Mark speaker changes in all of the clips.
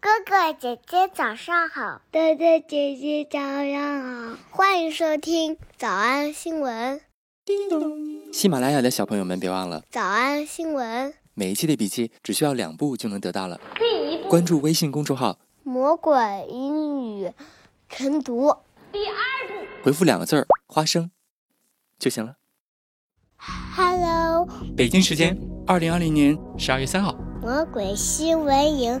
Speaker 1: 哥哥姐姐早上好，
Speaker 2: 哥哥姐姐早上好，
Speaker 3: 欢迎收听早安新闻。
Speaker 2: 叮咚，
Speaker 4: 喜马拉雅的小朋友们别忘了
Speaker 3: 早安新闻，
Speaker 4: 每一期的笔记只需要两步就能得到了。
Speaker 1: 第一步，
Speaker 4: 关注微信公众号，
Speaker 3: 魔鬼英语晨读。
Speaker 1: 第二步，
Speaker 4: 回复两个字儿“花生”就行了。
Speaker 3: Hello，
Speaker 4: 北京时间二零二零年十二月三号
Speaker 3: 魔鬼新闻营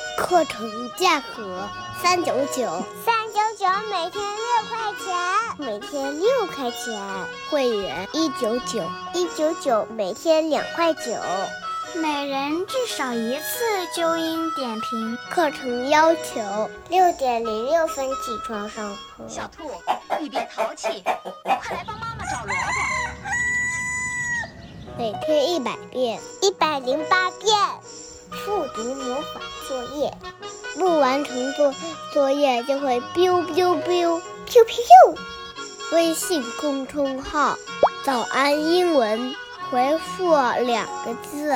Speaker 3: 课程价格三九九，
Speaker 1: 三九九每天六块钱
Speaker 3: 每天六块钱；会员一九九，一九九每天两块九。》，
Speaker 1: 每人至少一次纠音点评。
Speaker 3: 课程要求六点零六分起床上课。
Speaker 5: 小兔，你别淘气，快来帮妈妈找萝卜。
Speaker 3: 每天一百遍，一百零八遍。复读模仿作业，不完成作作业就会 biu biu biu biu biu。微信公众号“早安英文”，回复两个字。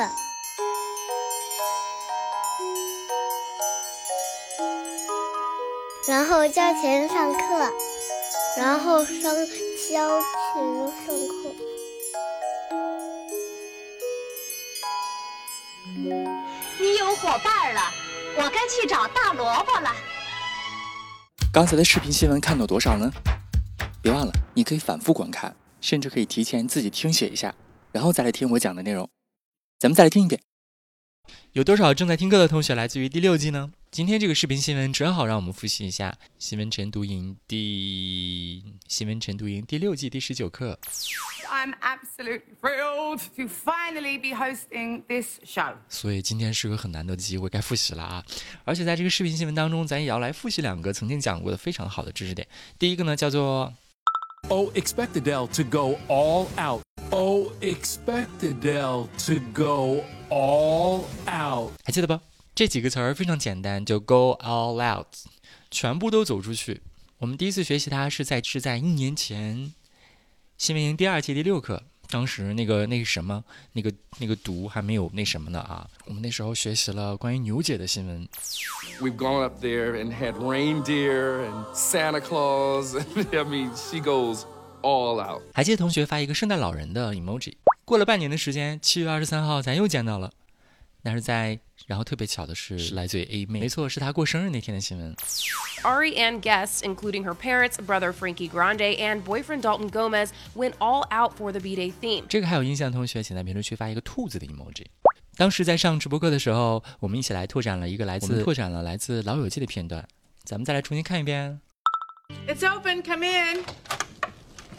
Speaker 3: 然后交钱上课，然后上交钱上课。
Speaker 5: 你有伙伴了，我该去找大萝卜了。
Speaker 4: 刚才的视频新闻看到多少呢？别忘了，你可以反复观看，甚至可以提前自己听写一下，然后再来听我讲的内容。咱们再来听一遍。有多少正在听课的同学来自于第六季呢？今天这个视频新闻正好让我们复习一下新闻晨读营第新闻晨读营第六季第十九课。
Speaker 6: I'm absolutely thrilled to finally be hosting this show.
Speaker 4: 所以今天是个很难得的机会，该复习了啊！而且在这个视频新闻当中，咱也要来复习两个曾经讲过的非常好的知识点。第一个呢，叫做
Speaker 7: Oh, expect Adele to go all out. Oh, expect Adele to go all out.
Speaker 4: 还记得吧？这几个词儿非常简单，就 go all out，全部都走出去。我们第一次学习它是在是在一年前新闻营第二季第六课，当时那个那个什么那个那个读还没有那什么呢啊！我们那时候学习了关于牛姐的新闻，
Speaker 8: We've gone up there and had reindeer and Santa Claus. I mean, she goes all out.
Speaker 4: 还记得同学发一个圣诞老人的 emoji。过了半年的时间，七月二十三号咱又见到了，但是在然后特别巧的是，是来自于 A 妹，没错，是她过生日那天的新闻。
Speaker 9: Ari and guests, including her parents, brother Frankie Grande, and boyfriend Dalton Gomez, went all out for the B Day theme.
Speaker 4: 这个还有印象的同学，请在评论区发一个兔子的 emoji。当时在上直播课的时候，我们一起来拓展了一个来自拓展了来自《老友记》的片段，咱们再来重新看一遍。
Speaker 6: It's open, come in.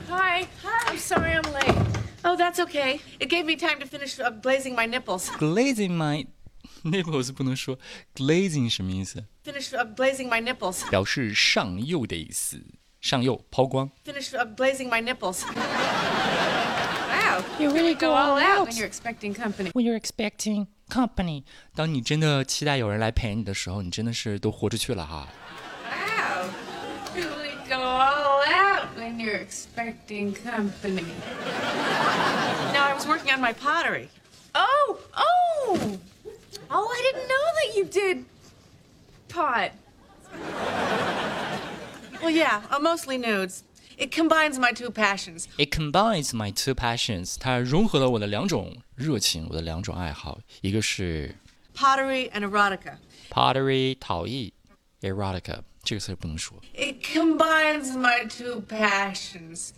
Speaker 10: Hi. Hi. I'm sorry I'm late. Oh, that's okay. It gave me time to finish uh, glazing my nipples.
Speaker 4: Glazing my nipples 不能说 glazing 什么意思？
Speaker 10: Finish uh, glazing my nipples.
Speaker 4: 表示上釉的意思，上釉抛光。
Speaker 10: Finish uh, glazing my nipples.
Speaker 6: Wow.
Speaker 10: You really
Speaker 6: Go all out when you're expecting company.
Speaker 4: When you're expecting company，当你真的期待有人来陪你的时候，你真的是都豁出去了哈。
Speaker 6: Wow. You really go all out when you're expecting company.
Speaker 10: Now I was working on my pottery. Oh, oh,
Speaker 6: Oh, I didn't know that you did
Speaker 10: pot. Well, yeah, uh, mostly nudes. It combines my two passions.
Speaker 4: It combines my two passions，它融合了我的两种热情，我的两种爱好，一个是
Speaker 10: Pottery and erotica.
Speaker 4: pottery 陶艺，erotica 这个词儿不能说。
Speaker 10: It combines my two passions,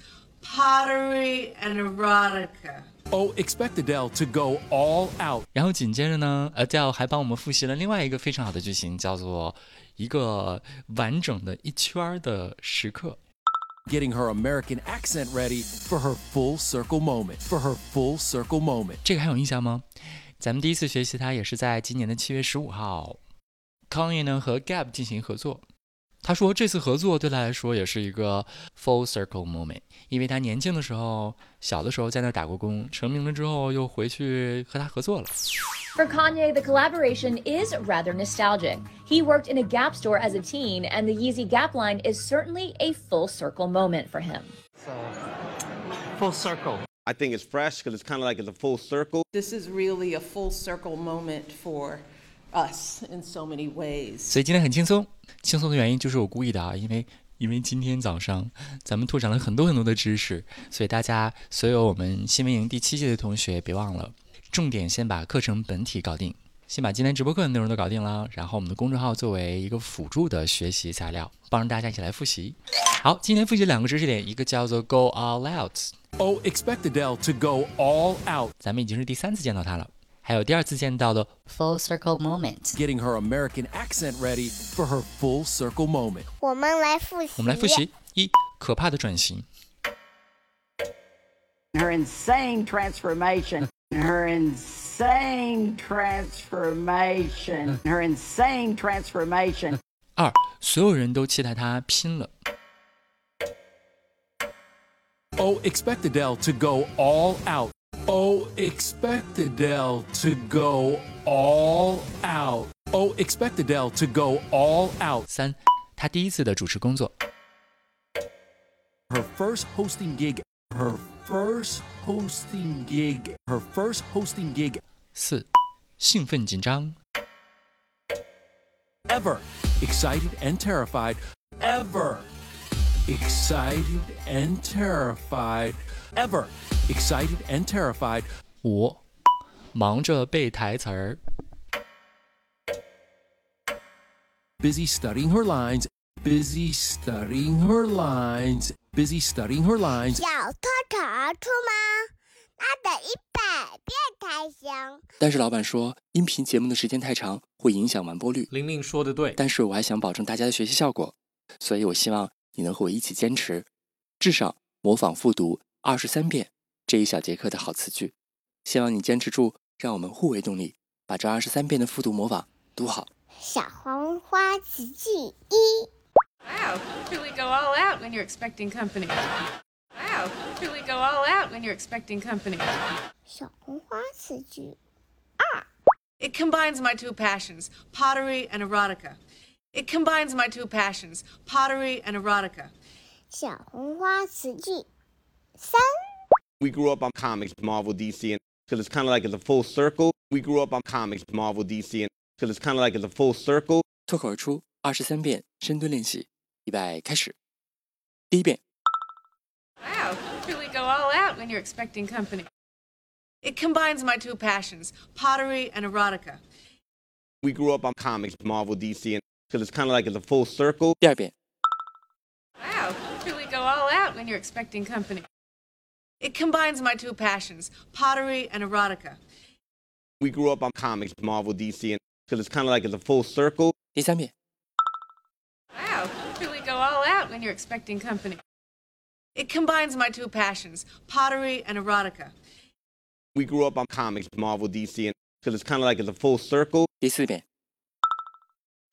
Speaker 10: pottery and erotica.
Speaker 7: Oh, expect Adele to go all out.
Speaker 4: 然后紧接着呢，Adele 呃还帮我们复习了另外一个非常好的句型，叫做一个完整的一圈儿的时刻。
Speaker 7: Getting her American accent ready for her full circle moment. For her full circle moment.
Speaker 4: 这个还有印象吗？咱们第一次学习它也是在今年的七月十五号，Kanye 呢和 Gap 进行合作，
Speaker 11: 他说这次合作对他来说也是一个 full circle moment，因为他年轻的时候、小的时候在那儿打过工，成名了之后又回去和他合作了。
Speaker 12: For Kanye, the collaboration is rather nostalgic. He worked in a Gap store as a teen, and the Yeezy Gap line is certainly a full circle moment for him.
Speaker 13: Full circle. I think it's fresh because it's kind of like it's a full circle.
Speaker 14: This is really a full circle moment for us in so many ways.
Speaker 11: 所以今天很轻松，轻松的原因就是我故意的啊，因为因为今天早上咱们拓展了很多很多的知识，所以大家所有我们新闻营第七届的同学别忘了，重点先把课程本体搞定，先把今天直播课的内容都搞定了，然后我们的公众号作为一个辅助的学习材料，帮着大家一起来复习。好，今天复习两个知识点，一个叫做 go all out，O
Speaker 7: expected L Oh, to go all out，
Speaker 11: 咱们已经是第三次见到它了。还有第二次见到的
Speaker 15: full circle moment。
Speaker 7: Getting her American accent ready for her full circle moment。
Speaker 1: 我们来复习，
Speaker 11: 我们来复习一可怕的转型
Speaker 16: Her insane transformation. Her insane transformation. Her insane transformation.
Speaker 11: 二，所有人都期待他拼了
Speaker 7: O expected L Oh, to go all out. O expected L to go all out. O expected L to go all out.
Speaker 11: 三，他第一次的主持工作
Speaker 7: Her first hosting gig. Her first hosting gig. Her first hosting gig
Speaker 11: 四，兴奋紧张
Speaker 7: ever. Excited and terrified. Ever. Excited and terrified. Ever. Excited and terrified.
Speaker 11: 五，忙着背台词儿
Speaker 7: Busy studying her lines. Busy studying her lines. Busy studying her lines.
Speaker 3: 小偷找儿出吗？那得一百遍才行。
Speaker 4: 但是老板说，音频节目的时间太长，会影响完播率。
Speaker 17: 玲玲说的对，
Speaker 4: 但是我还想保证大家的学习效果，所以我希望你能和我一起坚持，至少模仿复读二十三遍这一小节课的好词句。希望你坚持住，让我们互为动力，把这二十三遍的复读模仿读好。
Speaker 1: 小黄花词句一，
Speaker 6: Wow, really go all out when you're expecting company. Wow, really go all out when you're expecting company.
Speaker 1: 小红花词句
Speaker 10: It combines my two passions, pottery and erotica. It combines my two passions, pottery and erotica.
Speaker 1: 小红花词句三，
Speaker 13: We grew up on comics, Marvel, DC, and because it's kind of like it's a full circle. We grew up on comics, Marvel, DC, and because it's kind of like it's a full circle.
Speaker 4: 脱口而出二十三遍深蹲练习，预备开始。第一遍
Speaker 6: Wow, really go all out when you're expecting company.
Speaker 10: It combines my two passions, pottery and erotica.
Speaker 13: We grew up on comics, Marvel, DC, and because it's kind of like it's a full circle.
Speaker 4: 第二遍
Speaker 6: Wow, really go all out when you're expecting company.
Speaker 10: It combines my two passions, pottery and erotica.
Speaker 13: We grew up on comics, Marvel, DC, and because it's kind of like it's a full circle.
Speaker 4: 第三遍
Speaker 6: Wow, really go all out when you're expecting company.
Speaker 10: It combines my two passions, pottery and erotica.
Speaker 13: We grew up on comics, Marvel, DC, and because it's kind of like it's a full circle.
Speaker 4: 第四遍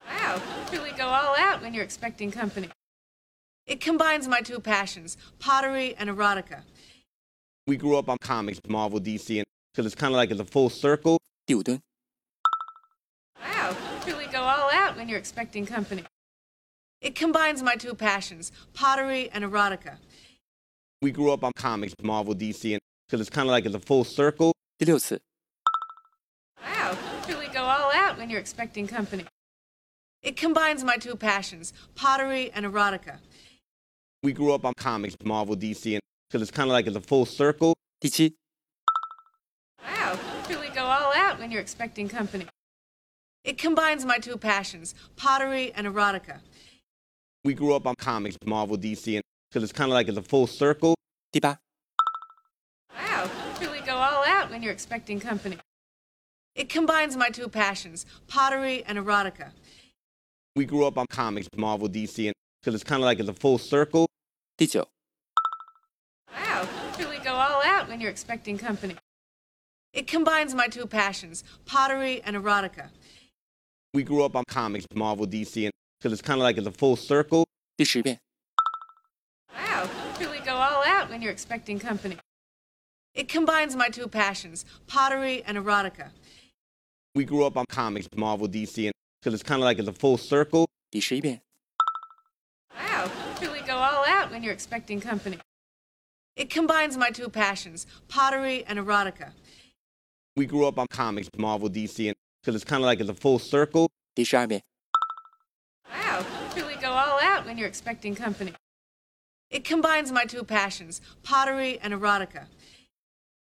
Speaker 6: Wow, really go all out when you're expecting company.
Speaker 10: It combines my two passions, pottery and erotica.
Speaker 13: We grew up on comics, Marvel, DC, and because it's kind of like it's a full circle.
Speaker 4: 第五蹲
Speaker 6: Wow, really go all out when you're expecting company.
Speaker 10: It combines my two passions, pottery and erotica.
Speaker 13: We grew up on comics, Marvel, DC, and because it's kind of like it's a full circle.
Speaker 4: 第六次
Speaker 6: Wow, really go all out when you're expecting company.
Speaker 10: It combines my two passions, pottery and erotica.
Speaker 13: We grew up on comics, Marvel, DC, and because it's kind of like it's a full circle.
Speaker 4: 第七
Speaker 6: Wow, really go all out when you're expecting company.
Speaker 10: It combines my two passions, pottery and erotica.
Speaker 13: We grew up on comics, Marvel, DC, and because it's kind of like it's a full circle.
Speaker 4: 第八
Speaker 6: Wow, really go all out when you're expecting company.
Speaker 10: It combines my two passions, pottery and erotica.
Speaker 13: We grew up on comics, Marvel, DC, and because it's kind of like it's a full circle.
Speaker 4: 第九
Speaker 6: Wow, really go all out when you're expecting company.
Speaker 10: It combines my two passions, pottery and erotica.
Speaker 13: We grew up on comics, Marvel, DC, and because it's kind of like it's a full circle.
Speaker 4: 第十遍，
Speaker 6: Wow, you really go all out when you're expecting company.
Speaker 10: It combines my two passions, pottery and erotica.
Speaker 13: We grew up on comics, Marvel, DC, and because it's kind of like it's a full circle.
Speaker 4: 第十一遍，
Speaker 6: Wow, you really go all out when you're expecting company.
Speaker 10: It combines my two passions, pottery and erotica.
Speaker 13: We grew up on comics, Marvel, DC, and because it's kind of like it's a full circle.
Speaker 4: 第十二遍，
Speaker 6: Wow, you really go all out when you're expecting company.
Speaker 10: It combines my two passions, pottery and erotica.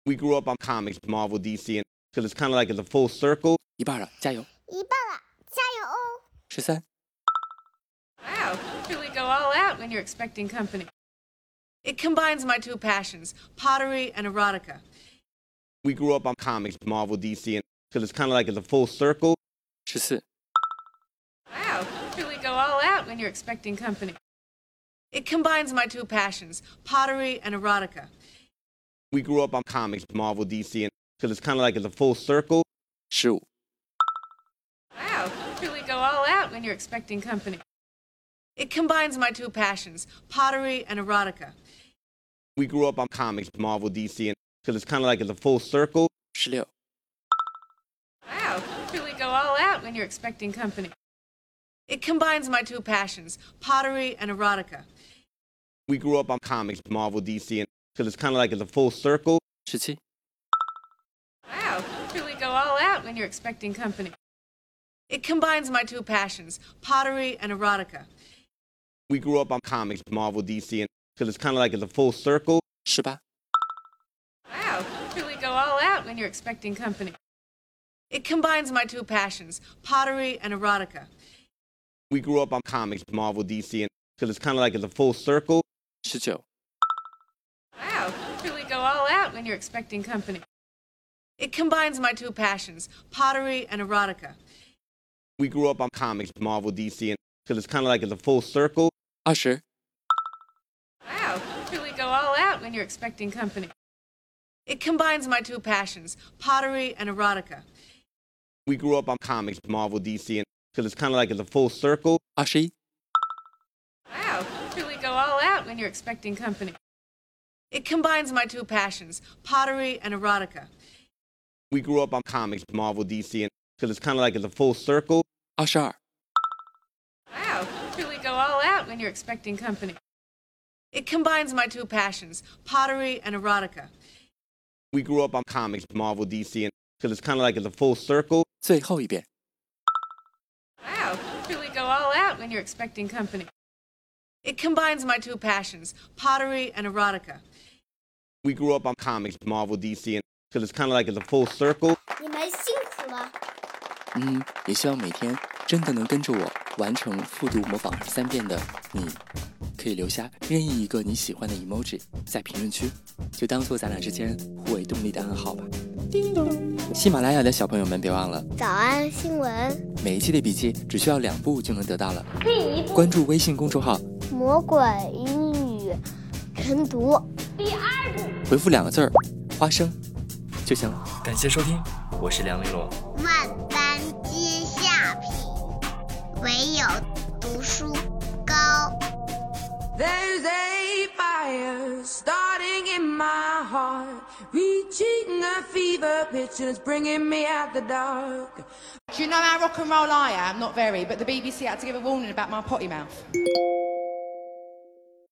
Speaker 13: We grew up on comics, Marvel, DC, and because it's kind of like it's a full circle.
Speaker 4: 一半了，加油！
Speaker 3: 一半了，加油哦！
Speaker 4: 十三、
Speaker 6: Wow, you really go all out when you're expecting company.
Speaker 10: It combines my two passions, pottery and erotica.
Speaker 13: We grew up on comics, Marvel, DC, and because it's kind of like it's a full circle.
Speaker 4: 十四、
Speaker 6: Wow, you really go all out when you're expecting company.
Speaker 10: It combines my two passions, pottery and erotica.
Speaker 13: We grew up on comics, Marvel, DC, and because it's kind of like it's a full circle.
Speaker 4: 十五、
Speaker 6: Wow, you really go all out when you're expecting company.
Speaker 10: It combines my two passions, pottery and erotica.
Speaker 13: We grew up on comics, Marvel, DC, and because it's kind of like it's a full circle.
Speaker 4: 十六、
Speaker 6: Wow, you really go all out when you're expecting company.
Speaker 10: It combines my two passions, pottery and erotica.
Speaker 13: We grew up on comics, Marvel, DC, and because it's kind of like it's a full circle.
Speaker 4: 十七、
Speaker 6: Wow, you really go all out when you're expecting company.
Speaker 10: It combines my two passions, pottery and erotica.
Speaker 13: We grew up on comics, Marvel, DC, and because it's kind of like it's a full circle.
Speaker 4: 十八、
Speaker 6: Wow, you really go all out when you're expecting company.
Speaker 10: It combines my two passions, pottery and erotica.
Speaker 13: We grew up on comics, Marvel, DC, and because it's kind of like it's a full circle.
Speaker 4: 十九、
Speaker 6: Wow, you really go all out when you're expecting company.
Speaker 10: It combines my two passions, pottery and erotica.
Speaker 13: We grew up on comics, Marvel, DC, and because it's kind of like it's a full circle.
Speaker 4: 二十、
Speaker 6: Wow, you really go all out when you're expecting company.
Speaker 10: It combines my two passions, pottery and erotica.
Speaker 13: We grew up on comics, Marvel, DC, and because it's kind of like it's a full circle.
Speaker 4: 二十一、
Speaker 6: Wow, you really go all out when you're expecting company.
Speaker 10: It combines my two passions, pottery and erotica.
Speaker 13: We grew up on comics, Marvel, DC, and because it's kind of like it's a full circle.
Speaker 4: 二十二、
Speaker 6: Wow, you really go all out when you're expecting company.
Speaker 10: It combines my two passions, pottery and erotica.
Speaker 13: We grew up on comics, Marvel, DC, and because it's kind of like it's a full circle.
Speaker 4: 最后一遍。
Speaker 6: Wow, you really go all out when you're expecting company.
Speaker 10: It combines my two passions, pottery and erotica.
Speaker 13: We grew up on comics, Marvel, DC, and because it's kind of like it's a full circle.
Speaker 1: 哦
Speaker 3: 你们辛苦了，
Speaker 4: 嗯，也希望每天真的能跟着我完成复读模仿二十三遍的你，可以留下任意一个你喜欢的 emoji 在评论区，就当做咱俩之间互为动力的暗号吧。
Speaker 2: 叮咚。
Speaker 4: 喜马拉雅的小朋友们，别忘了
Speaker 1: 早安新闻，
Speaker 4: 每一期的笔记只需要两步就能得到了。
Speaker 1: 可以一步
Speaker 4: 关注微信公众号，
Speaker 1: 魔鬼英语晨读第二部。
Speaker 4: 回复两个字儿“花生”就行了。感谢收听，我是梁玲珑。
Speaker 3: 万般皆下品，唯有读书高。
Speaker 15: There's a fire starting in my heart, reaching a fever pitch and it's bringing me out the dark.
Speaker 17: Do you know how rock and roll I am? Not very, but the BBC had to give a warning about my potty mouth.